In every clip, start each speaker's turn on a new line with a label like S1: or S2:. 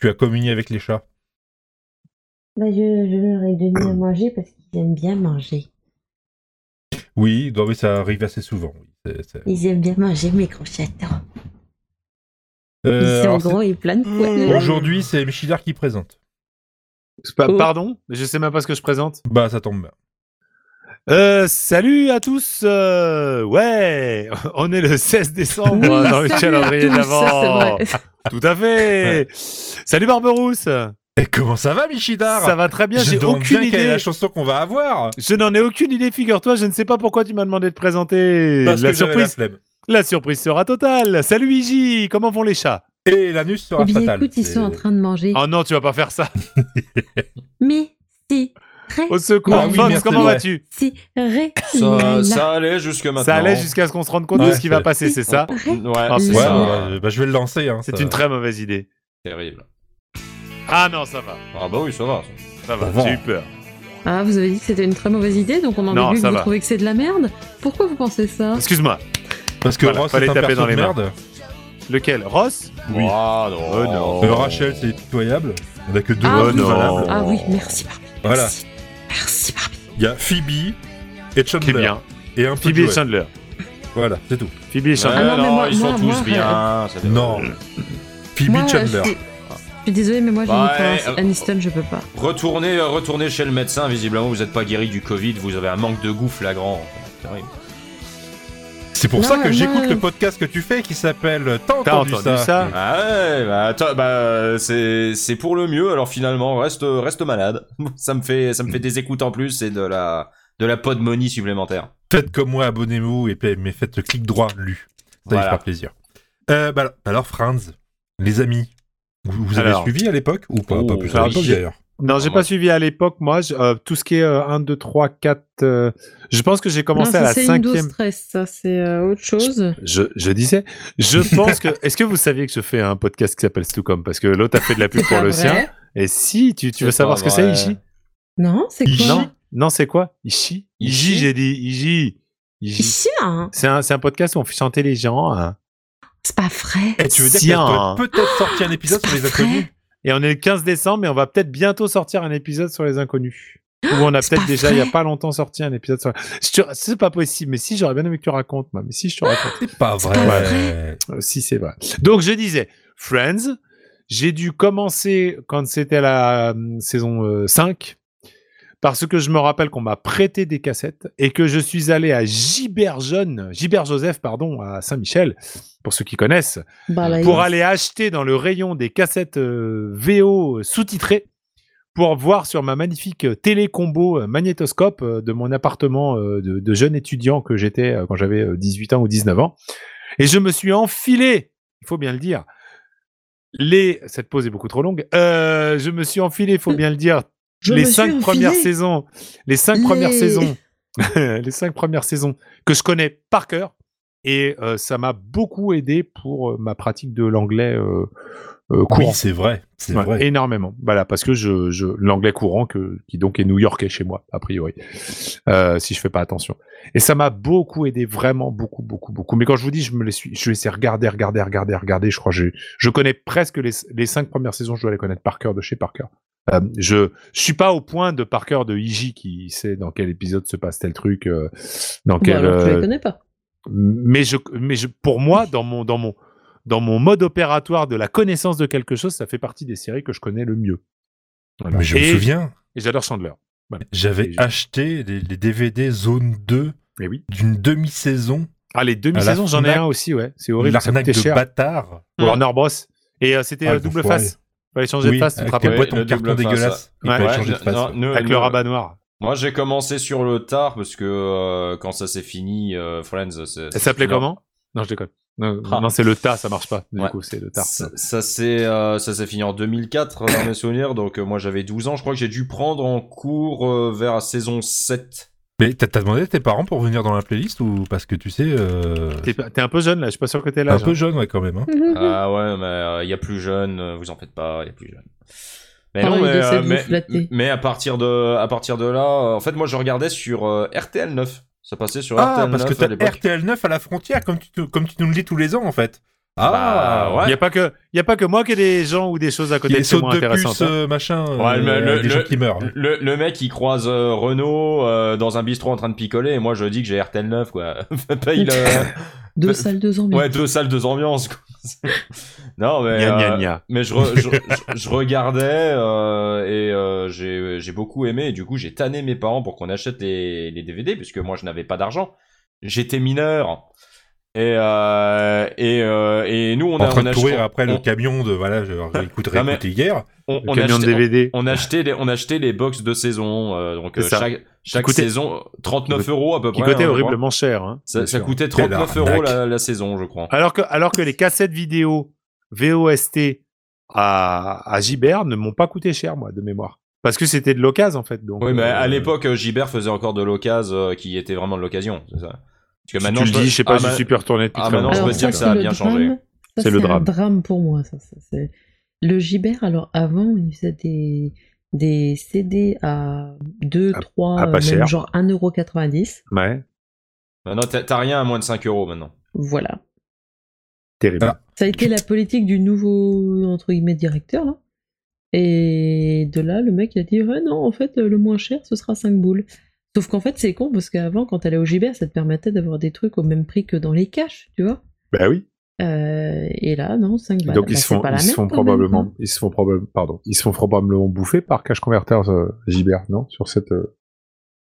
S1: tu as communié avec les chats
S2: Bah, je, je leur ai donné à manger parce qu'ils aiment bien manger.
S1: Oui, non, mais ça arrive assez souvent. oui. C'est- c'est-
S2: Ils aiment bien manger, mes gros chatons. Ils
S1: Euh,
S2: sont
S1: alors, Mmh.
S2: gros et pleins de
S1: c'est-
S2: poils.
S1: Aujourd'hui, c'est Michidar qui présente.
S3: C'est pas-
S2: Oh.
S3: Pardon, je sais même pas ce que je présente.
S1: Bah, ça tombe bien.
S3: Euh, salut à tous. euh, ouais, on est le 16 décembre
S4: Oui,
S3: dans le
S4: salut à
S3: calendrier
S4: tous,
S3: d'avant.
S4: ça, c'est vrai.
S3: Tout à fait. Salut Barberousse. Ça
S1: Et comment ça va, Michidar
S3: va très bien.
S1: Je
S3: J'ai
S1: demande
S3: aucune
S1: bien quelle est
S3: idée.
S1: la chanson qu'on va avoir.
S3: Je n'en ai aucune idée. Figure-toi, je ne sais pas pourquoi tu m'as demandé de présenter.
S1: Parce
S3: la
S1: que j'avais
S3: surprise,
S1: flemme.
S3: la surprise sera totale. Salut Iji. Comment vont les chats
S1: Et l'anus sera
S2: Eh bien,
S1: fatal.
S2: écoute, ils
S1: C'est-
S2: sont en train de manger.
S3: Oh non, tu vas pas faire ça.
S2: Mais c'est très,
S3: Au secours.
S1: Ah oui,
S3: Fox,
S1: merci,
S3: comment
S1: ouais.
S3: vas-tu
S2: c'est ré- la-
S4: Ça, ça allait jusque maintenant.
S3: Ça allait jusqu'à ce qu'on se rende compte de
S1: Ouais,
S3: ce qui va
S1: c'est-
S3: passer, c'est ça
S5: Hein?
S2: ré-
S4: Ouais,
S3: Ah,
S1: Ouais,
S3: c'est
S4: ça.
S1: euh, bah, je vais le lancer. hein,
S3: C'est
S1: ça.
S3: une très mauvaise idée.
S4: Terrible.
S3: Ah non, ça va.
S4: Ah bah oui, ça va. ça.
S3: Ça va,
S1: Au revoir.
S3: j'ai eu peur.
S5: Ah, vous avez dit que c'était une très mauvaise idée, donc on en
S3: Non,
S5: déduit que
S3: ça
S5: vous
S3: va.
S5: trouvez que c'est de la merde. Pourquoi vous pensez ça
S3: Excuse-moi.
S1: Parce que
S3: Voilà,
S1: Ross
S3: fallait
S1: est un
S3: taper
S1: perso
S3: dans
S1: de
S3: les mains.
S1: merde.
S3: Lequel Ross
S1: Oui.
S4: Ah non.
S3: Oh non.
S1: Euh, Rachel, c'est pitoyable. On a que deux
S5: Ah,
S1: votes
S3: oui.
S1: valables.
S5: Ah oui, merci Barbie.
S1: Voilà.
S5: Merci, merci Barbie.
S1: Il y a Phoebe et Chandler.
S3: Qui est bien.
S1: Et un peu
S3: Phoebe
S1: de
S3: et
S1: Joey.
S3: Chandler.
S1: Voilà, c'est tout.
S3: Phoebe et
S4: Ouais,
S3: Chandler.
S5: Ah non, mais
S4: non,
S5: moi-
S4: ils sont
S5: moi-
S4: tous
S5: moi, euh,
S4: bien. ça dépend.
S1: Non. Phoebe
S5: Moi, je
S1: Chandler.
S5: suis... je suis désolée, mais moi, j'ai
S4: Bah,
S5: Nicolas
S4: eh, euh,
S5: Aniston, je peux pas.
S4: Retournez, euh, retournez chez le médecin. Visiblement, vous n'êtes pas guéri du Covid. Vous avez un manque de goût flagrant. Terrible.
S1: C'est pour
S5: Non,
S1: ça que
S5: moi,
S1: j'écoute
S5: euh,
S1: le podcast que tu fais qui s'appelle T'as
S3: T'as
S1: entendu,
S3: entendu ça,
S4: Ah ouais, bah, attends, bah c'est c'est pour le mieux. Alors finalement, reste reste malade. Ça me fait ça me fait des écoutes en plus et de la de la podmonie supplémentaire.
S1: Faites comme moi, abonnez-vous, et pa- mais faites le clic droit lu. Ça va
S4: Voilà.
S1: faire plaisir. Euh, bah, alors- alors, Franz, les amis, vous, vous avez
S3: Alors.
S1: suivi à l'époque ou pas,
S4: Oh,
S1: Pas plus
S4: oui.
S1: à l'époque, d'ailleurs.
S3: Non, j'ai
S4: Moi-
S3: pas suivi à l'époque, moi. je- euh, tout ce qui est euh, 1, 2, 3, 4. euh, je pense que j'ai
S5: Non,
S3: commencé
S5: ça,
S3: à la
S5: c'est une dose
S3: cinquième.
S5: stress, ça, c'est euh, autre chose.
S3: Je, je disais. Je pense que. Est-ce que vous saviez que je fais un podcast qui s'appelle Stucom Parce que l'autre a fait de la pub pour
S2: Ah
S5: pas
S3: le
S5: vrai.
S3: sien. Et si, tu, tu veux
S4: C'est
S3: savoir
S4: pas
S3: ce que c'est,
S4: vrai.
S3: Ichi
S2: Non, c'est
S1: Ils-
S2: quoi
S3: Non, non c'est quoi Ichi
S4: Ichi
S3: Ichi, j'ai dit. Ichi. Ichi.
S2: Ici, hein
S3: C'est un, c'est un podcast où on fait chanter les gens. hein.
S2: C'est pas vrai.
S3: Eh,
S1: Et tu veux dire
S3: Tiens.
S1: qu'elle pourrait peut-être sortir un épisode sur les
S5: Pas
S1: inconnus
S3: Et on est le 15 décembre, mais on va peut-être bientôt sortir un épisode sur les inconnus. Ou on a
S5: c'est
S3: peut-être
S5: pas
S3: déjà, il y a
S5: vrai.
S3: pas longtemps, sorti un épisode sur. Je te- C'est pas possible, mais si, j'aurais bien aimé que tu racontes, moi. Mais si, je te raconte.
S1: C'est pas
S5: C'est
S1: vrai.
S5: pas
S3: Euh, si, c'est vrai. Donc, je disais, Friends, j'ai dû commencer quand c'était la euh, saison euh, 5. Parce que je me rappelle qu'on m'a prêté des cassettes et que je suis allé à Giberjeune, Giberjoseph, pardon, à Saint-Michel, pour ceux qui connaissent,
S5: Bah, là,
S3: pour
S5: il-
S3: aller acheter dans le rayon des cassettes euh, VO sous-titrées pour voir sur ma magnifique euh, télécombo euh, magnétoscope euh, de mon appartement euh, de, de jeune étudiant que j'étais euh, quand j'avais euh, 18 ans ou 19 ans. Et je me suis enfilé, il faut bien le dire, les... Cette pause est beaucoup trop longue. Euh, je me suis enfilé, il faut bien le dire,
S5: Je
S3: les
S5: me suis
S3: cinq
S5: enfilée.
S3: premières saisons. Les cinq
S5: Les-
S3: premières saisons. les cinq premières saisons que je connais par cœur. Et euh, ça m'a beaucoup aidé pour euh, ma pratique de l'anglais euh, euh,
S1: Oui,
S3: courant.
S1: c'est vrai. C'est
S3: Ouais,
S1: vrai.
S3: Énormément. Voilà, parce que je, je- l'anglais courant, que, qui donc est new-yorkais chez moi, a priori, euh, si je fais pas attention. Et ça m'a beaucoup aidé, vraiment beaucoup, beaucoup, beaucoup. Mais quand je vous dis, je me les suis, je vais essayer de regarder, regarder, regarder, regarder. Je crois que j'ai- je connais presque les, les cinq premières saisons, je dois les connaître par cœur de chez Parker. Euh, je, je suis pas au point de par cœur de Iji qui sait dans quel épisode se passe tel truc, euh, dans
S5: Bah,
S3: quel.
S5: alors, tu
S3: euh,
S5: les connais pas.
S3: mais je, mais je, pour moi, dans mon, dans mon, dans mon mode opératoire de la connaissance de quelque chose, ça fait partie des séries que je connais le mieux. Voilà.
S1: Mais je
S3: et,
S1: me souviens,
S3: Et j'adore Chandler.
S1: j'avais
S3: Et je-
S1: acheté les, les DVD Zone 2
S3: Mais oui.
S1: d'une demi-saison.
S3: Ah, les
S1: À
S3: demi-saisons,
S1: la
S3: j'en ai
S1: Fnac-
S3: un aussi, ouais. C'est horrible. Ça
S1: L'arnaque
S3: coûtait
S1: de
S3: cher.
S1: bâtard.
S3: Warner Bros. Et euh, c'était
S1: Ah,
S3: euh,
S1: les
S3: double
S1: enfoirés.
S3: face. Fallait changer de face, tu te
S1: avec
S3: rappelles.
S1: les
S4: Ouais,
S1: boîtes en
S4: le
S1: carton
S4: double face,
S1: dégueulasse. Il
S3: Ouais.
S1: fallait
S4: Ouais,
S1: changer de
S4: non,
S1: face.
S4: non, ne-
S3: Avec
S4: ne-
S3: le rabat noir.
S4: Moi, j'ai commencé sur le tard parce que euh, quand ça s'est fini, euh, Friends. c'est-
S3: Elle s'appelait
S4: c'est-
S3: comment Non, je déconne. Non,
S4: Ah.
S3: non, c'est le tas, ça marche pas. Du
S4: Ouais.
S3: coup, c'est le tas.
S4: Ça ça s'est euh, ça s'est fini en 2004 dans mes souvenirs. Donc euh, moi j'avais 12 ans. Je crois que j'ai dû prendre en cours euh, vers la saison 7.
S1: Mais t'as t'as demandé à tes parents pour venir dans la playlist ou parce que tu sais, euh,
S3: T'es pas- t'es un peu jeune là, je suis pas sûr que t'es là.
S1: un peu jeune ouais quand même. hein.
S2: Mhm.
S5: Mhm.
S4: Ah ouais, mais euh, il y a plus jeune. euh, Vous en faites pas. Il y a plus jeune. Mais
S5: Ah,
S4: non,
S5: il
S4: mais, euh,
S5: essaie de vous
S4: mais,
S5: flatter.
S4: mais à partir de à partir de là, euh, en fait moi je regardais sur euh, RTL 9. Ça passait sur
S1: Ah
S4: RTL
S1: parce que
S4: 9 à
S1: t'as
S4: l'époque.
S1: RTL 9 à la frontière comme tu te- comme tu nous le dis tous les ans en fait.
S4: Ah,
S3: Il
S4: ouais.
S3: n'y a, pas que- y a pas que moi qui ai des gens ou des choses à
S1: Il y
S3: côté
S1: a
S3: de
S1: des sautes
S3: moi
S1: de
S3: intéressantes.
S1: puce,
S3: hein.
S1: euh, machin,
S4: Ouais,
S1: euh,
S4: le- le-
S1: avec des gens
S4: le-
S1: qui meurent.
S4: Le, le mec il croise euh, Renault euh, dans un bistrot en train de picoler et moi je dis que j'ai RTL 9 quoi. Paye le-
S5: Deux
S3: Bah,
S4: Euh,
S5: salles, deux ambiances.
S4: ouais deux salles deux ambiances. Quoi. non mais
S3: Gna, gna,
S4: euh,
S3: gna.
S4: mais je, re- je, je- je regardais euh, et euh, j'ai j'ai beaucoup aimé et du coup j'ai tanné mes parents pour qu'on achète les, les DVD puisque moi je n'avais pas d'argent. J'étais mineur. Et, euh, et, euh, et nous on a
S1: en train
S4: on
S1: de
S4: a-
S1: courir après
S4: on-
S1: le camion de voilà, je réécouterai
S4: Non, mais-
S1: écouter hier.
S3: Le
S4: on- on
S3: camion de
S4: achetait-
S3: DVD.
S4: on achetait les, on achetait les box de saison, euh, donc
S3: C'est
S4: euh,
S3: ça.
S4: chaque, chaque
S3: coûtait-
S4: saison, 39 euros à peu
S3: Qui
S4: près. hein,
S3: coûtait
S4: je crois.
S3: horriblement cher. hein.
S4: Ça,
S3: Bien
S4: ça
S3: sûr. Ah,
S4: coûtait
S1: Quelle
S4: 39 euros
S1: arnaque.
S4: la, la saison, je crois.
S3: Alors que, alors que les cassettes vidéo VOST à, à Gibert ne m'ont pas coûté cher, moi, de mémoire. Parce que c'était de l'occasion, en fait. Donc,
S4: oui, mais
S3: euh,
S4: à l'époque, euh, Gibert faisait encore de l'occasion euh, qui était vraiment de l'occasion, c'est ça. Parce que
S3: si tu le
S4: peux-
S3: dis, je sais pas,
S4: Ah,
S3: je
S4: ma-
S3: suis super retourné depuis
S4: ah,
S3: très
S4: maintenant, je
S3: longtemps.
S4: peux te dire que ça a
S5: c'est le
S4: bien changé.
S5: drame. Ça,
S3: C'est le
S5: un
S3: drame.
S5: drame pour moi. Ça, ça, c'est- Le Gibert, alors avant, il faisait des, des CD à 2,
S3: À-
S5: 3,
S3: à pas cher.
S5: genre 1,90€.
S3: Ouais,
S4: Maintenant, t'as t'as rien à moins de 5 euros maintenant.
S5: Voilà.
S3: terrible.
S4: Ah.
S1: Alors,
S5: Ça a été la politique du nouveau, entre guillemets, directeur. Là. Et de là, le mec, il a dit Ouais, non, en fait, le moins cher, ce sera 5 boules. Sauf qu'en fait, c'est con, parce qu'avant, quand t'allais au Gibert, ça te permettait d'avoir des trucs au même prix que dans les caches, tu vois.
S3: Bah oui.
S5: Euh, et là, non, 5 balles.
S3: Donc
S5: Bah,
S3: ils se
S5: c'est
S3: font,
S5: pas la
S3: ils se
S5: merde,
S3: font
S5: quand même,
S3: probablement,
S5: hein.
S3: ils se font probablement, pardon, ils se font probablement bouffer par Cash Converter euh, Gibert, non Sur cette. euh,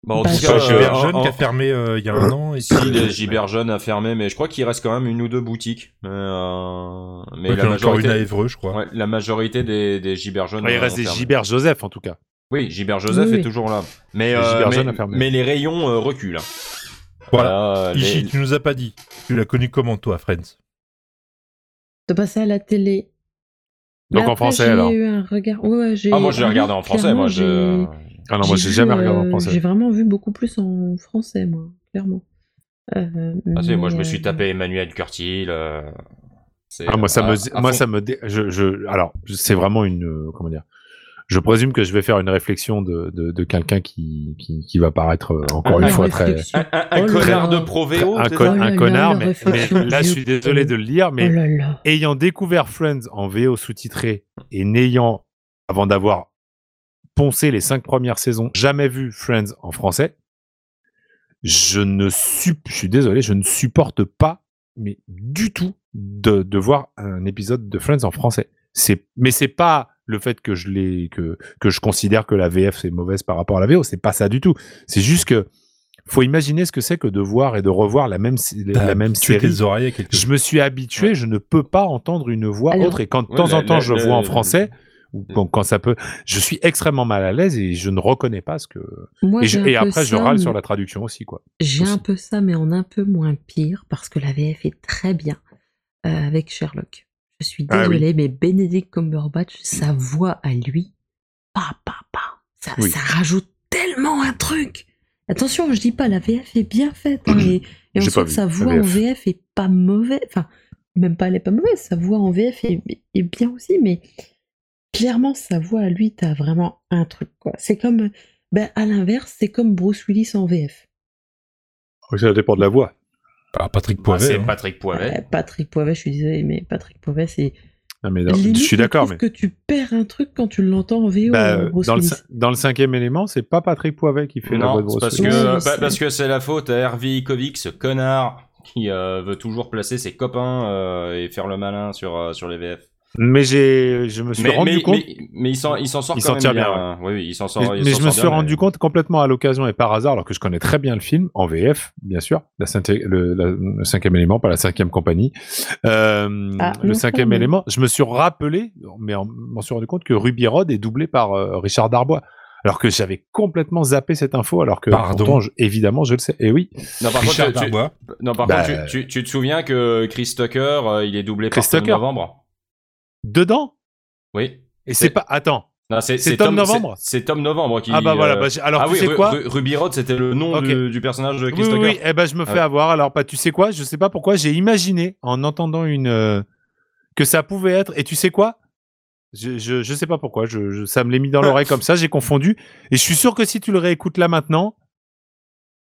S4: Bah, en
S5: Bah,
S4: tout
S5: je-
S4: cas,
S1: Pas Gilbert
S4: euh,
S1: Jeune
S4: en-
S1: qui a fermé euh, il y a un an. Et
S4: si,
S1: puis-
S4: il est Gibert Jeune a fermé, mais je crois qu'il reste quand même une ou deux boutiques. Mais, euh, mais
S1: Ouais, il y
S4: la,
S1: en a encore une à
S4: majorité,
S1: Évreux, je crois.
S4: ouais, la majorité des, des Gibert Jeune.
S3: il
S4: euh,
S3: reste
S4: ont
S3: des
S4: fermé.
S3: Gibert Joseph en tout cas.
S4: Oui, Gilbert Joseph
S5: Oui,
S4: est
S5: oui.
S4: toujours là. Mais,
S3: Et
S4: euh,
S3: Gilbert
S4: mais-
S3: Jeune a fermé.
S4: mais les rayons euh, reculent.
S1: Voilà.
S4: Euh, les-
S1: Ichi, tu nous as pas dit. Tu l'as connu comment, toi, Friends
S5: de passer à la télé. Mais
S3: Donc en
S5: après,
S3: français,
S5: j'ai
S3: alors
S5: eu un regard. Ouais, ouais, j'ai-
S4: Ah, moi je l'ai regardé en français,
S5: clairement,
S4: moi je.
S3: Ah non, moi j'ai
S5: vu,
S3: jamais regardé en
S5: euh,
S3: français.
S5: J'ai vraiment vu beaucoup plus en français, moi, clairement. Euh,
S4: Ah, c'est, moi je
S5: mais, euh,
S4: me suis tapé Emmanuel Curtil. euh, c'est-
S3: Ah, moi ça
S4: à-
S3: me,
S4: à
S3: moi
S4: fond.
S3: ça me, dé- je, je, alors je- c'est vraiment une, euh, comment dire Je présume que je vais faire une réflexion de, de, de quelqu'un qui, qui, qui va paraître euh, encore
S4: Ah,
S3: une
S5: la
S3: fois très,
S5: réflexion.
S4: Un, un- un
S5: Oh là
S4: connard
S5: là.
S4: de Provéo.
S3: un,
S4: c'est
S3: con-
S5: Oh
S4: ça
S5: là
S3: un
S5: là,
S3: connard,
S5: la
S3: mais,
S5: réflexion
S3: mais là je suis
S5: vieux.
S3: désolé de le lire, mais
S5: Oh là là.
S3: ayant découvert Friends en VO sous-titré et n'ayant, avant d'avoir poncé les cinq premières saisons, jamais vu Friends en français, je ne suis, je suis désolé, je ne supporte pas, mais du tout, de, de voir un épisode de Friends en français. C'est, mais c'est pas le fait que je l'ai, que, que je considère que la VF c'est mauvaise par rapport à la VO, c'est pas ça du tout. C'est juste que faut imaginer ce que c'est que de voir et de revoir la même, la,
S1: T'as
S3: même
S1: habitué
S3: série
S1: Bah, tes oreilles à quelque
S3: je me suis habitué, je ne peux pas entendre une voix
S5: Alors-
S3: autre. Et quand de
S4: Ouais,
S3: temps
S4: la-
S3: en temps
S4: la-
S3: je
S4: la-
S3: vois en français, ou quand, quand ça peut, je suis extrêmement mal à l'aise et je ne reconnais pas ce que.
S5: Moi,
S3: et je-
S5: j'ai un
S3: et
S5: peu
S3: après, je
S5: ça,
S3: râle
S5: mais-
S3: sur la traduction aussi, quoi.
S5: J'ai un
S3: aussi.
S5: peu ça, mais en un peu moins pire, parce que la VF est très bien euh, avec Sherlock. Je suis
S3: Ah oui.
S5: désolée, mais Benedict Cumberbatch, sa voix à lui, pa pa pa, ça,
S3: Oui.
S5: ça rajoute tellement un truc. Attention, je dis pas, la VF est bien faite, hein, et, et
S3: J'ai pas
S5: ensuite
S3: vu,
S5: sa
S3: la
S5: voix en
S3: VF.
S5: VF est pas mauvaise, enfin même pas elle est pas mauvaise, sa voix en VF est, est bien aussi, mais clairement sa voix à lui, t'as vraiment un truc quoi. C'est comme, ben à l'inverse, c'est comme Bruce Willis en VF.
S3: Ça dépend de la voix.
S1: part. Ah, Patrick
S4: Ah,
S1: Poivet.
S4: c'est
S1: hein.
S4: Patrick
S5: Euh,
S4: Poivet.
S5: Patrick Poivet, je suis désolée, mais Patrick Poivet, c'est.
S3: mais non,
S5: Limite,
S3: je suis d'accord, mais.
S5: trouve que tu perds un truc quand tu l'entends en VO.
S3: Bah,
S5: euh, Bruce
S3: dans, le,
S5: Willis.
S3: cin- dans le cinquième élément, c'est pas Patrick Poivet qui fait la voix de
S4: Non, c'est
S3: Bruce
S4: parce
S3: Willis.
S5: Willis. Ouais,
S4: que,
S5: mais
S4: pa-
S5: c'est-
S4: parce que c'est la faute à Hervé Kovic, ce connard qui euh, veut toujours placer ses copains euh, et faire le malin sur, euh, sur les VF.
S3: Mais j'ai, je me suis
S4: Mais,
S3: rendu
S4: mais,
S3: compte.
S4: mais, mais il s'en il s'en sort
S3: Il
S4: quand
S3: s'en
S4: même
S3: tire bien,
S4: hein. Oui, oui, il s'en sort.
S3: Mais,
S4: il
S3: mais
S4: s'en
S3: je me
S4: sort
S3: suis
S4: bien,
S3: rendu
S4: mais-
S3: compte complètement à l'occasion et par hasard, alors que je connais très bien le film, en VF, bien sûr, la cinqui- le, la- le cinquième élément, pas la cinquième compagnie, euh,
S5: Ah,
S3: le
S5: non,
S3: cinquième
S5: non.
S3: élément, je me suis rappelé, mais en- m'en suis rendu compte que Ruby Rod est doublé par euh, Richard Darbois. Alors que j'avais complètement zappé cette info, alors que
S1: Pardon.
S3: pourtant, je- évidemment, je le sais. Et oui,
S4: Non, Ah, par
S1: Richard
S4: contre, tu,
S1: Darbois.
S4: non, par
S3: Bah,
S4: contre, tu, tu, tu te souviens que Chris Tucker, euh, il est doublé
S3: Chris
S4: par Tom
S3: Tucker.
S4: Novembre
S3: dedans.
S4: Oui.
S3: Et c'est
S4: C'est-
S3: pas. Attends.
S4: Non, c'est
S3: C'est
S4: c'est
S3: Tom
S4: Tom
S3: Novembre
S4: c'est- C'est Tom Novembre qui.
S3: ah bah voilà.
S4: euh,
S3: bah j'ai- alors
S4: ah
S3: tu
S4: oui,
S3: sais
S4: Ru-
S3: quoi
S4: Ru- Ruby Road, c'était le nom
S3: Ok.
S4: du, du personnage de Chris
S3: Oui, oui,
S4: Tucker.
S3: oui. Eh ben, je me fais
S4: Ah Ouais.
S3: avoir. Alors, pas, tu sais quoi Je sais pas pourquoi. J'ai imaginé en entendant une euh, que ça pouvait être. Et tu sais quoi je, je, je sais pas pourquoi. Je, je- ça me l'est mis dans l'oreille comme ça. J'ai confondu. Et je suis sûr que si tu le réécoutes là maintenant,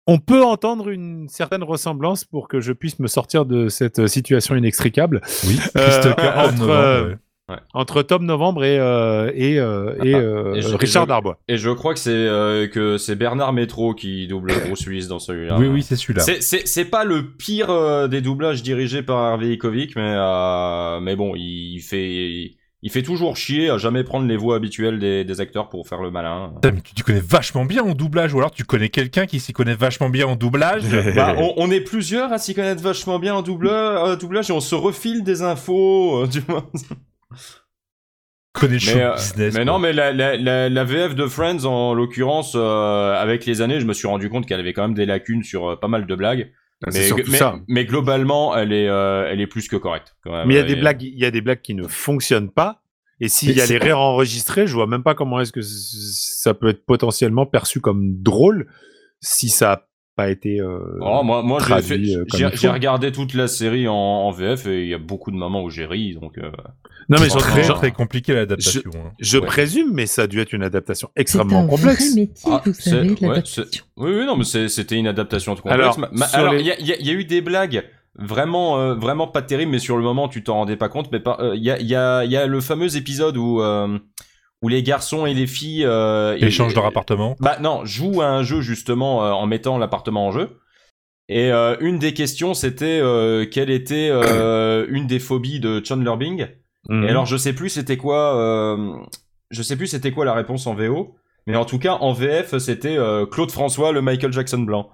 S3: on peut entendre une certaine ressemblance pour que je puisse me sortir de cette euh, situation inextricable
S1: Oui,
S3: Euh,
S1: Christopher
S3: entre,
S1: Novembre,
S3: euh,
S1: ouais.
S3: entre Tom Novembre et, euh, et, euh, et, euh,
S4: Ah, et je-
S3: Richard
S4: je-
S3: Darbois.
S4: Et je crois que c'est euh, que c'est Bernard Métro qui double Bruce Willis dans celui-là.
S1: Oui, oui, c'est celui-là.
S4: C'est- C'est c'est pas le pire euh, des doublages dirigés par Harvey Kovic, mais euh, mais bon, il, fait il, fait toujours chier à jamais prendre les voix habituelles des, des acteurs pour faire le malin.
S1: Putain, mais tu t'y connais vachement bien en doublage, ou alors tu connais quelqu'un qui s'y connaît vachement bien en doublage.
S4: Bah, on, on est plusieurs à s'y connaître vachement bien en doubleur, euh, doublage et on se refile des infos, euh, du moins.
S1: connais le show
S4: Mais, euh,
S1: business. quoi.
S4: mais non, mais la, la, la, la VF de Friends, en l'occurrence, euh, avec les années, je me suis rendu compte qu'elle avait quand même des lacunes sur euh, pas mal de blagues.
S3: Ah, C'est
S4: Mais,
S3: surtout
S4: mais,
S3: ça.
S4: mais globalement, elle est, euh, elle est plus que correcte. quand même.
S3: Mais il y a
S4: Elle
S3: des
S4: est-
S3: blagues, il y a des blagues qui ne fonctionnent pas. Et s'il
S1: Mais
S3: y a
S1: c'est-
S3: les réenregistrés, je vois même pas comment est-ce que c- ça peut être potentiellement perçu comme drôle si ça n'a pas été. euh,
S4: Oh, moi, moi j'ai,
S3: traduit,
S4: fait-
S3: euh, comme
S4: j'ai-
S3: il faut.
S4: j'ai regardé toute la série en, en VF et il y a beaucoup de moments où j'ai ri. Donc, euh,
S3: Non mais
S1: C'est
S3: j'en-
S1: très,
S3: j'en-
S1: très compliqué l'adaptation. hein.
S3: je
S4: Ouais.
S3: présume, mais ça a dû être une adaptation
S5: C'est
S2: C'est
S3: extrêmement
S2: un
S3: complexe.
S2: vrai métier,
S4: Ah,
S2: vous
S4: c'est-
S2: savez,
S4: ouais,
S2: l'adaptation.
S4: oui, oui, non, mais c'est- c'était une adaptation de complexe.
S3: Alors,
S4: Ma- ma-
S3: sur
S4: alors,
S3: les-
S4: il y, a- il y a- il y a eu des blagues vraiment, euh, vraiment pas terribles, mais sur le moment, tu t'en rendais pas compte. Mais par- euh, il y, a, il y, a, il y a le fameux épisode où, euh, où les garçons et les filles euh, ils-
S1: Échange leur appartement.
S4: Bah non, joue à un jeu justement euh, en mettant l'appartement en jeu. Et euh, une des questions, c'était euh, quelle était euh, une des phobies de Chandler Bing.
S3: Mhm.
S4: Et alors je sais plus c'était quoi, euh, je sais plus c'était quoi la réponse en VO, mais en tout cas en VF c'était euh, Claude François, le Michael Jackson blanc.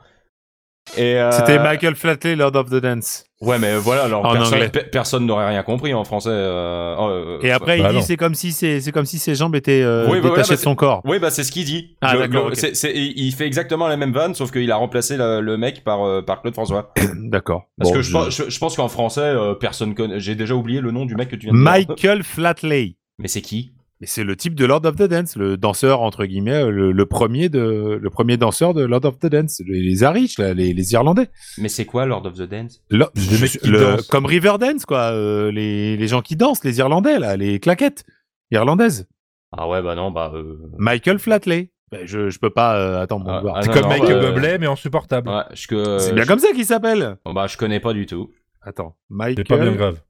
S4: Et euh,
S3: C'était Michael Flatley, Lord of the Dance.
S4: Ouais mais voilà alors
S3: En anglais.
S4: personne, pe- personne n'aurait rien compris en français. euh, oh, euh,
S3: Et après,
S1: bah
S3: il
S1: non.
S3: dit c'est comme si ses- c'est comme si ses jambes étaient euh,
S4: Oui, bah voilà,
S3: détachées
S4: bah
S3: de son corps.
S4: Oui, bah c'est ce qu'il dit.
S3: Ah,
S4: Je-
S3: d'accord,
S4: le-
S3: ok.
S4: c'est- c'est- il il fait exactement la même vanne, sauf qu'il a remplacé la- le mec par, euh, par Claude François.
S3: D'accord.
S4: Parce
S3: Bon,
S4: que je, pense- je- je pense qu'en français, euh, personne connaît. J'ai déjà oublié le nom du mec que tu viens de dire.
S3: Michael Flatley.
S4: Mais c'est qui
S3: Mais c'est le type de Lord of the Dance, le danseur entre guillemets, euh, le, le premier de le premier danseur de Lord of the Dance, les, les Irish, là, les, les Irlandais.
S4: Mais c'est quoi Lord of the Dance
S3: Lo-
S1: Les mecs
S3: je-
S1: qui
S3: le-
S1: dansent.
S3: comme Riverdance quoi, euh, les, les gens qui dansent, les Irlandais là, les claquettes irlandaises.
S4: Ah ouais, bah non, bah. euh,
S3: Michael Flatley. Ben, je je peux pas euh, attendre. on va
S4: Ah,
S3: voir.
S4: ah,
S1: C'est
S4: non,
S1: comme
S4: non,
S1: Michael
S4: bah, euh,
S1: Bublé, mais insupportable.
S4: Ouais, je que.
S3: c'est bien comme ça qu'il s'appelle.
S4: je- Bah je connais pas du tout.
S3: Attends,
S1: C'est pas bien
S3: Michael.
S1: grave.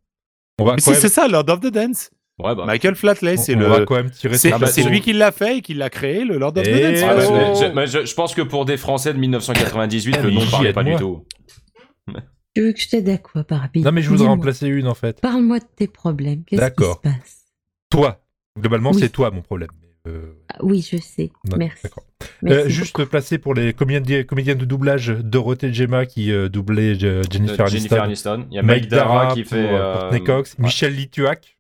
S1: On va
S3: Mais
S1: quand
S3: si
S1: même-
S3: c'est ça Lord of the Dance.
S4: Ouais bah.
S3: Michael Flatley, c'est
S1: on, on va
S3: le
S1: quand même tirer
S3: c'est
S1: sur
S4: bah,
S1: la
S3: c'est
S1: peau.
S3: lui qui l'a fait et qui l'a créé le Lord of the
S1: Eh,
S3: Dance.
S4: Ah, bah,
S1: Oh.
S4: mais je, mais je- je pense que pour des Français de 1998, le
S1: Eh, Mais
S4: nom
S1: j'y
S4: parlait pas du
S1: aide-moi.
S4: tout.
S2: Tu veux que je t'aide à quoi, Barbie
S1: Non, mais je
S3: Mmh.
S1: voudrais en
S2: Dis-moi.
S1: placer une en fait.
S2: Parle-moi de tes problèmes. Qu'est-ce qui se
S1: D'accord.
S2: passe
S1: Toi, globalement,
S2: Oui.
S1: c'est toi mon problème. Euh,
S2: Ah Oui, je sais.
S1: non,
S2: Merci.
S1: d'accord.
S2: Merci
S1: Euh, juste placer pour les comédiennes, comédiennes de doublage Dorothée Gemma qui euh, doublait euh, Jennifer,
S4: Euh, Jennifer
S1: Aniston,
S4: Aniston. Il y a Mike Dara, qui
S1: pour,
S4: fait.
S1: euh,
S4: euh,
S1: Courtney Cox,
S4: ouais.
S1: Michel Lituac,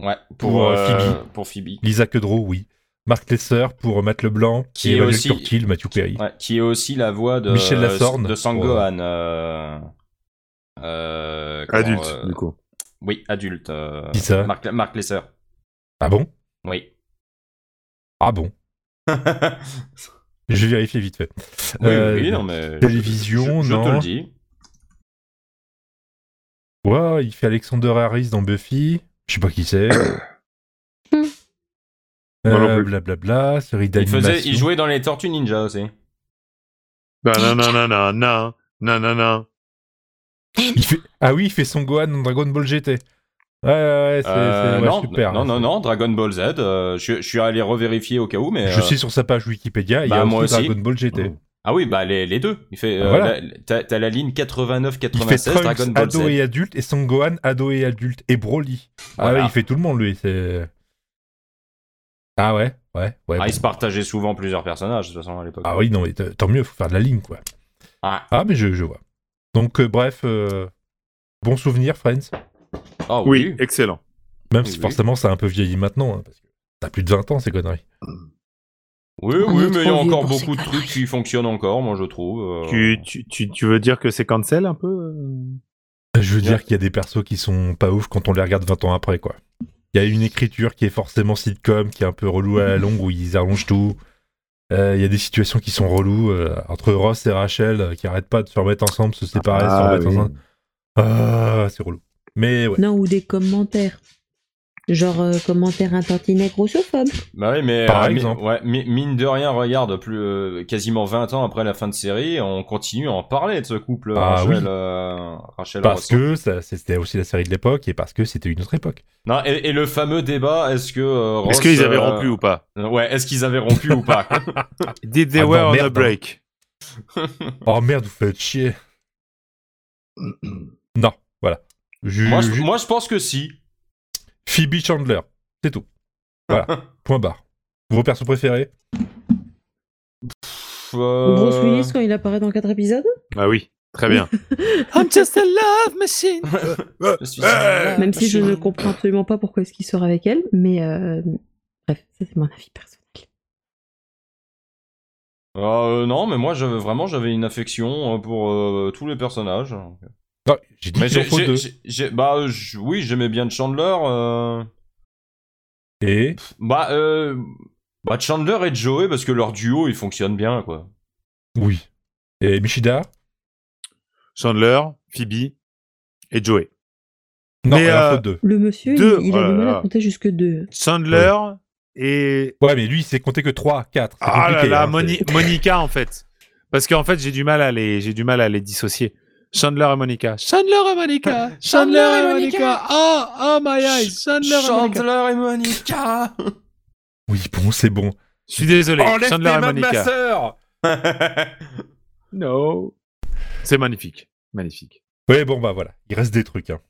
S4: Ouais,
S1: pour,
S4: pour,
S1: euh,
S4: euh,
S1: Phoebe.
S4: pour Phoebe.
S1: Lisa Kudrow, oui. Marc Lesser pour euh, Matt Leblanc,
S4: Qui
S1: et
S4: est
S1: Emmanuel
S4: aussi-
S1: Curtil, Mathieu Perry.
S4: Ouais, qui est aussi la voix de
S1: Michel
S4: euh,
S1: Lasorne.
S4: de Sangohan. euh, euh, comment,
S3: Adulte
S4: euh,
S3: du coup.
S4: Oui, adulte. euh,
S1: Qui ça
S4: Marc, Marc Lesser.
S1: Ah bon
S4: Oui.
S1: Ah bon
S4: oui,
S1: Je vais vérifier vite fait. Euh,
S4: oui, non, mais.
S1: télévision,
S4: je, je- je te
S1: non.
S4: le dis.
S1: Ouah, il fait Alexander Harris dans Buffy. Je sais pas qui c'est.
S2: Hmm.
S3: Moi non
S1: Euh,
S3: plus.
S1: Blablabla, série
S4: Il, faisait, il
S1: d'animation.
S4: jouait dans les Tortues Ninja aussi.
S3: Bah, Non, non, non, non, non, non, non, non, non.
S1: Il fait- Ah oui, il fait son Gohan dans Dragon Ball GT. Ouais, ouais, ouais, c'est
S4: Euh,
S1: c'est- ouais,
S4: non,
S1: super. hein.
S4: non, non, non, Dragon Ball Z. euh, je, je suis allé revérifier au cas où, mais.
S1: Je
S4: euh,
S1: suis sur sa page Wikipédia, il y
S4: bah,
S1: a
S4: moi
S1: aussi
S4: aussi.
S1: Dragon Ball GT.
S4: Ah oui, bah les, les deux. Il fait.
S1: Ah,
S4: euh,
S1: voilà.
S4: la- T'as t'as la ligne
S1: Il fait
S4: 89-96 Dragon
S1: Trunks,
S4: Ball Z.
S1: ado et adulte, et Son Gohan, ado et adulte, et Broly. Ah
S4: Voilà.
S1: ouais, il fait tout le monde, lui. c'est- Ah ouais, ouais, ouais. bon.
S4: Ah, ils se partageaient souvent plusieurs personnages, de toute façon, à l'époque.
S1: Ah oui, non, mais t- tant mieux, faut faire de la ligne, quoi.
S4: Ah.
S1: Ah, mais je, je vois. Donc, euh, bref, euh, bon souvenir, Friends.
S4: Ah
S3: Oui, excellent.
S1: Même
S4: Oui,
S1: si
S4: oui.
S1: forcément, ça a un peu vieilli maintenant, hein, parce que t'as plus de 20 ans, ces conneries.
S4: Oui,
S2: On
S4: oui,
S2: est trop
S4: mais il y a
S2: vieux
S4: encore
S2: pour ces
S4: beaucoup de trucs
S2: conneries.
S4: qui fonctionnent encore, moi je trouve. euh.
S3: Tu, tu, tu, tu veux dire que c'est cancel un peu euh
S1: Je veux
S4: Bien.
S1: dire qu'il y a des persos qui sont pas ouf quand on les regarde 20 ans après, quoi. Il y a une écriture qui est forcément sitcom, qui est un peu relou à la longue, où ils allongent tout. Euh, Il y a des situations qui sont reloues, euh, entre Ross et Rachel, euh, qui arrêtent pas de se remettre ensemble, se séparer, se remettre ensemble. Ah, c'est relou. Mais ouais.
S5: Non, ou des commentaires.
S2: Genre euh, commentaire un tantinet grossophobe.
S4: Bah oui, mais
S1: Par
S4: euh, mi-
S1: exemple.
S4: ouais, mi- mine de rien, regarde, plus euh, quasiment 20 ans après la fin de série, on continue à en parler de ce couple
S1: Ah
S4: Rachel,
S1: oui.
S4: euh, Rachel
S1: Parce
S4: Ross.
S1: que ça- c'était aussi la série de l'époque et parce que c'était une autre époque.
S4: Non, et, et le fameux débat, est-ce que euh, Ross,
S3: Est-ce qu'ils avaient
S4: euh,
S3: rompu ou pas
S4: Ouais, est-ce qu'ils avaient rompu ou pas
S3: Did they
S1: Ah non,
S3: were on
S1: merde,
S3: a
S1: hein.
S3: break
S1: Oh merde, vous faites chier. non, voilà. Ju-
S4: moi, je,
S1: ju-
S4: moi, je pense que si.
S1: Phoebe Chandler, c'est tout. Voilà, point barre. Vos persos préférés
S4: Pff, euh,
S5: Bruce Willis
S4: ouais,
S5: quand il apparaît dans 4 épisodes
S3: Ah oui, très bien. I'm just a love machine.
S4: je suis sûr.
S5: Même si je ne comprends absolument pas pourquoi est-ce qu'il sort avec elle, mais euh, bref, ça c'est mon avis personnel.
S4: Euh, non, mais moi, j'avais vraiment, j'avais une affection euh, pour euh, tous les personnages.
S1: Non, j'ai dit
S4: Mais
S1: qu'il en
S4: j'ai,
S1: faut
S4: j'ai-
S1: deux.
S4: j'ai- j'ai- bah, euh, je- oui, j'aimais bien Chandler. euh,
S1: Et
S4: Bah, euh... bah, Chandler et Joey, parce que leur duo, ils fonctionnent bien, quoi.
S1: oui. Et Michida
S3: Chandler, Phoebe et Joey.
S1: Non,
S3: Mais,
S1: il en
S3: euh,
S1: faut deux.
S5: Le monsieur,
S3: Deux,
S5: il, il a
S3: oh
S5: du
S3: là
S5: mal
S3: là.
S5: à compter jusque 2.
S3: Chandler et
S1: Ouais, mais lui, il s'est compté que 3, 4.
S3: ah là
S1: hein.
S3: là, Moni- Monica en fait. Parce qu'en fait, j'ai du mal à les j'ai du mal à les dissocier. Chandler et Monica. Chandler et Monica. Chandler et Monica. Oh, oh my eyes. Chandler et Monica.
S4: et Monica
S1: Oui, bon, c'est bon.
S3: Je suis désolé.
S1: Enlève tes
S3: Chandler et
S1: mains de ma
S3: Monica.
S1: sœur
S3: No. C'est magnifique. Magnifique.
S1: Ouais, bon, bah voilà. Il reste des trucs. Hein.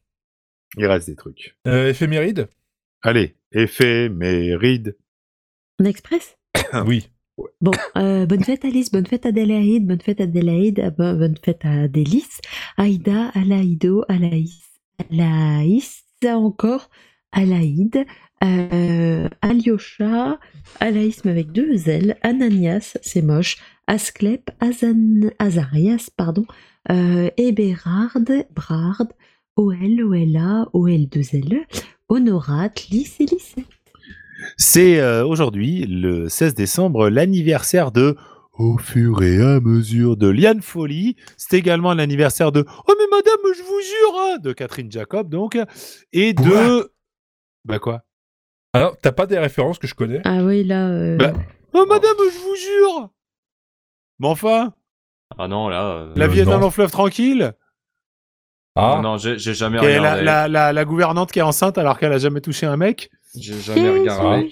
S3: Il reste des trucs.
S1: Euh, éphéméride
S3: Allez, éphéméride.
S2: En express
S3: Ah.
S1: Oui.
S2: Bon, euh, bonne fête Alice, bonne fête Adélaïde, bonne fête Adélaïde, ah ben, bonne fête à Délice, Aïda, Alaïdo, Alaïs, Alaïs, ça encore, Alaïde, euh, Alyosha, Alaïsme avec deux L, Ananias, c'est moche, Asclep, Azan, Azarias, pardon, euh, Ebérard, Brard, OL, OLA, OL2L, Honorate, Lys et Lys.
S3: C'est euh, aujourd'hui, le 16 décembre, l'anniversaire de Au fur et à mesure de Liane Folly. C'est également l'anniversaire de Oh mais madame, je vous jure hein, de Catherine Jacob, donc. Et de. Bah quoi
S1: Alors, t'as pas des références que je connais
S5: Ah oui, là. euh,
S3: Bah, Oh madame, je vous jure Mais enfin,
S4: Ah non, là... euh,
S3: la
S1: Euh,
S3: vie est
S1: non.
S3: un long fleuve tranquille.
S1: Ah,
S4: Non, j'ai, j'ai jamais
S3: Et la,
S4: regardé.
S3: la- la- la gouvernante qui est enceinte alors qu'elle a jamais touché un mec.
S4: J'ai jamais regardé.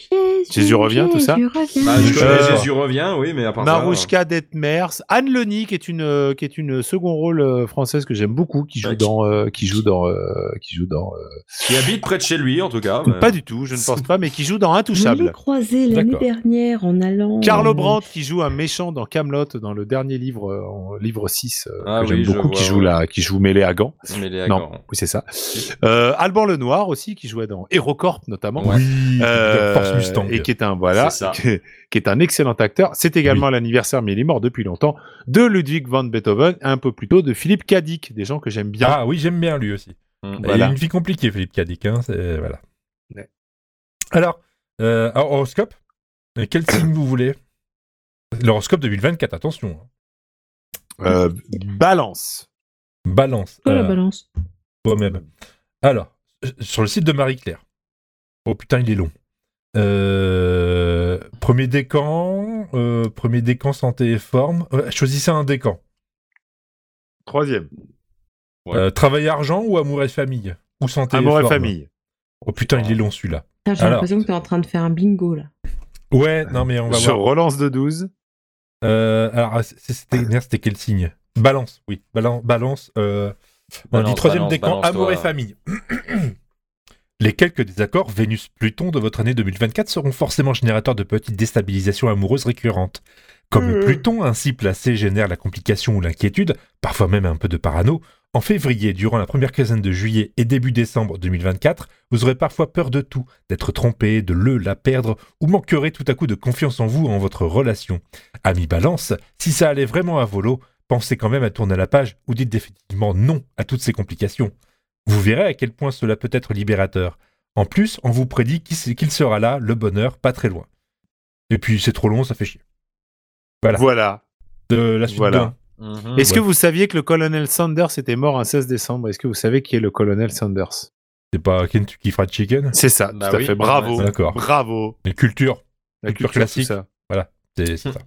S3: Jésus revient, tout ça
S2: Jésus revient.
S4: Bah, je connais
S3: Euh,
S4: Jésus revient, oui, mais à part ça,
S3: Marouchka Detmers, Anne Leni qui est une euh, qui est une second rôle euh, française que j'aime beaucoup qui joue
S4: Ouais, qui-
S3: dans euh, qui joue dans euh, qui joue dans euh,
S4: euh, Qui habite près de chez lui, en tout cas. mais-
S3: pas du tout je ne pense pas mais qui joue dans
S5: Je l'ai
S3: Intouchable.
S5: croisé l'année
S1: D'accord.
S5: dernière en allant.
S3: Carlo
S5: euh,
S3: Brandt qui joue un méchant dans Camelot dans le dernier livre euh, en livre 6 euh,
S4: Ah
S3: que j'aime
S4: oui, je
S3: beaucoup qui
S4: vois,
S3: joue
S4: ouais.
S3: là qui joue Méléagan.
S4: Mais les
S3: Non.
S4: accords.
S3: Oui, c'est ça. Euh, Alban Lenoir aussi qui jouait dans Hérocorp notamment.
S4: Ouais.
S1: oui,
S3: Euh,
S1: Force Mustang.
S3: et qui est un voilà,
S4: C'est ça.
S3: qui, qui est un excellent acteur. C'est également l'anniversaire, mais il est mort depuis longtemps, de Ludwig van Beethoven, un peu plus tôt de Philippe Cadic, des gens que j'aime bien.
S1: Ah oui, j'aime bien lui aussi.
S4: Mm.
S1: Il
S3: Voilà.
S1: a une vie compliquée, Philippe Cadic. Hein, c'est- voilà.
S3: Ouais.
S1: Alors, euh, alors, horoscope, euh, quel signe vous voulez L'horoscope 2024, attention. hein.
S3: Euh, balance.
S1: Balance.
S5: Quoi, la
S1: euh,
S5: balance
S1: Toi-même. Alors, euh, sur le site de Marie-Claire. Oh putain, il est long. Euh, premier décan, euh, premier décan santé et forme. Euh, choisissez un décan.
S3: Troisième.
S4: Ouais.
S1: Euh, travail argent ou amour et famille Ou santé
S3: Amour et
S1: forme
S3: famille.
S1: Oh putain, il est long celui-là.
S5: Putain, J'ai
S1: alors-
S5: l'impression que t'es en train de faire un bingo là.
S1: Ouais, non mais on va
S3: Je
S1: voir.
S3: relance de 12.
S1: Euh, alors, c'est- c'était merde, c'était quel signe Balance, oui. Balance, balance. euh, on
S4: Balance,
S1: dit troisième
S4: balance,
S1: décan,
S4: balance,
S1: amour
S4: toi.
S1: et famille. Les quelques désaccords Vénus-Pluton de votre année 2024 seront forcément générateurs de petites déstabilisations amoureuses récurrentes. Comme
S5: Euh.
S1: Pluton ainsi placé génère la complication ou l'inquiétude, parfois même un peu de parano, en février, durant la première quinzaine de juillet et début décembre 2024, vous aurez parfois peur de tout, d'être trompé, de le, la perdre, ou manquerez tout à coup de confiance en vous, en votre relation. Ami Balance, si ça allait vraiment à volo, pensez quand même à tourner la page ou dites définitivement non à toutes ces complications. Vous verrez à quel point cela peut être libérateur. En plus, on vous prédit qu'il s- qu'il sera là, le bonheur, pas très loin. Et puis c'est trop long, ça fait chier. Voilà.
S3: Voilà.
S1: De la suite
S3: Voilà.
S1: d'un.
S4: Mhm.
S3: Est-ce
S1: Ouais.
S3: que vous saviez que le colonel Sanders était mort un 16 décembre Est-ce que vous savez qui est le colonel Sanders
S1: C'est pas Kentucky Fried Chicken
S3: C'est ça,
S4: Bah
S3: tout à
S4: oui.
S3: fait. Bravo.
S1: D'accord.
S3: Bravo.
S1: Mais culture,
S3: La
S1: Culture
S3: culture, tout
S1: classique.
S3: ça.
S1: c'est c'est ça.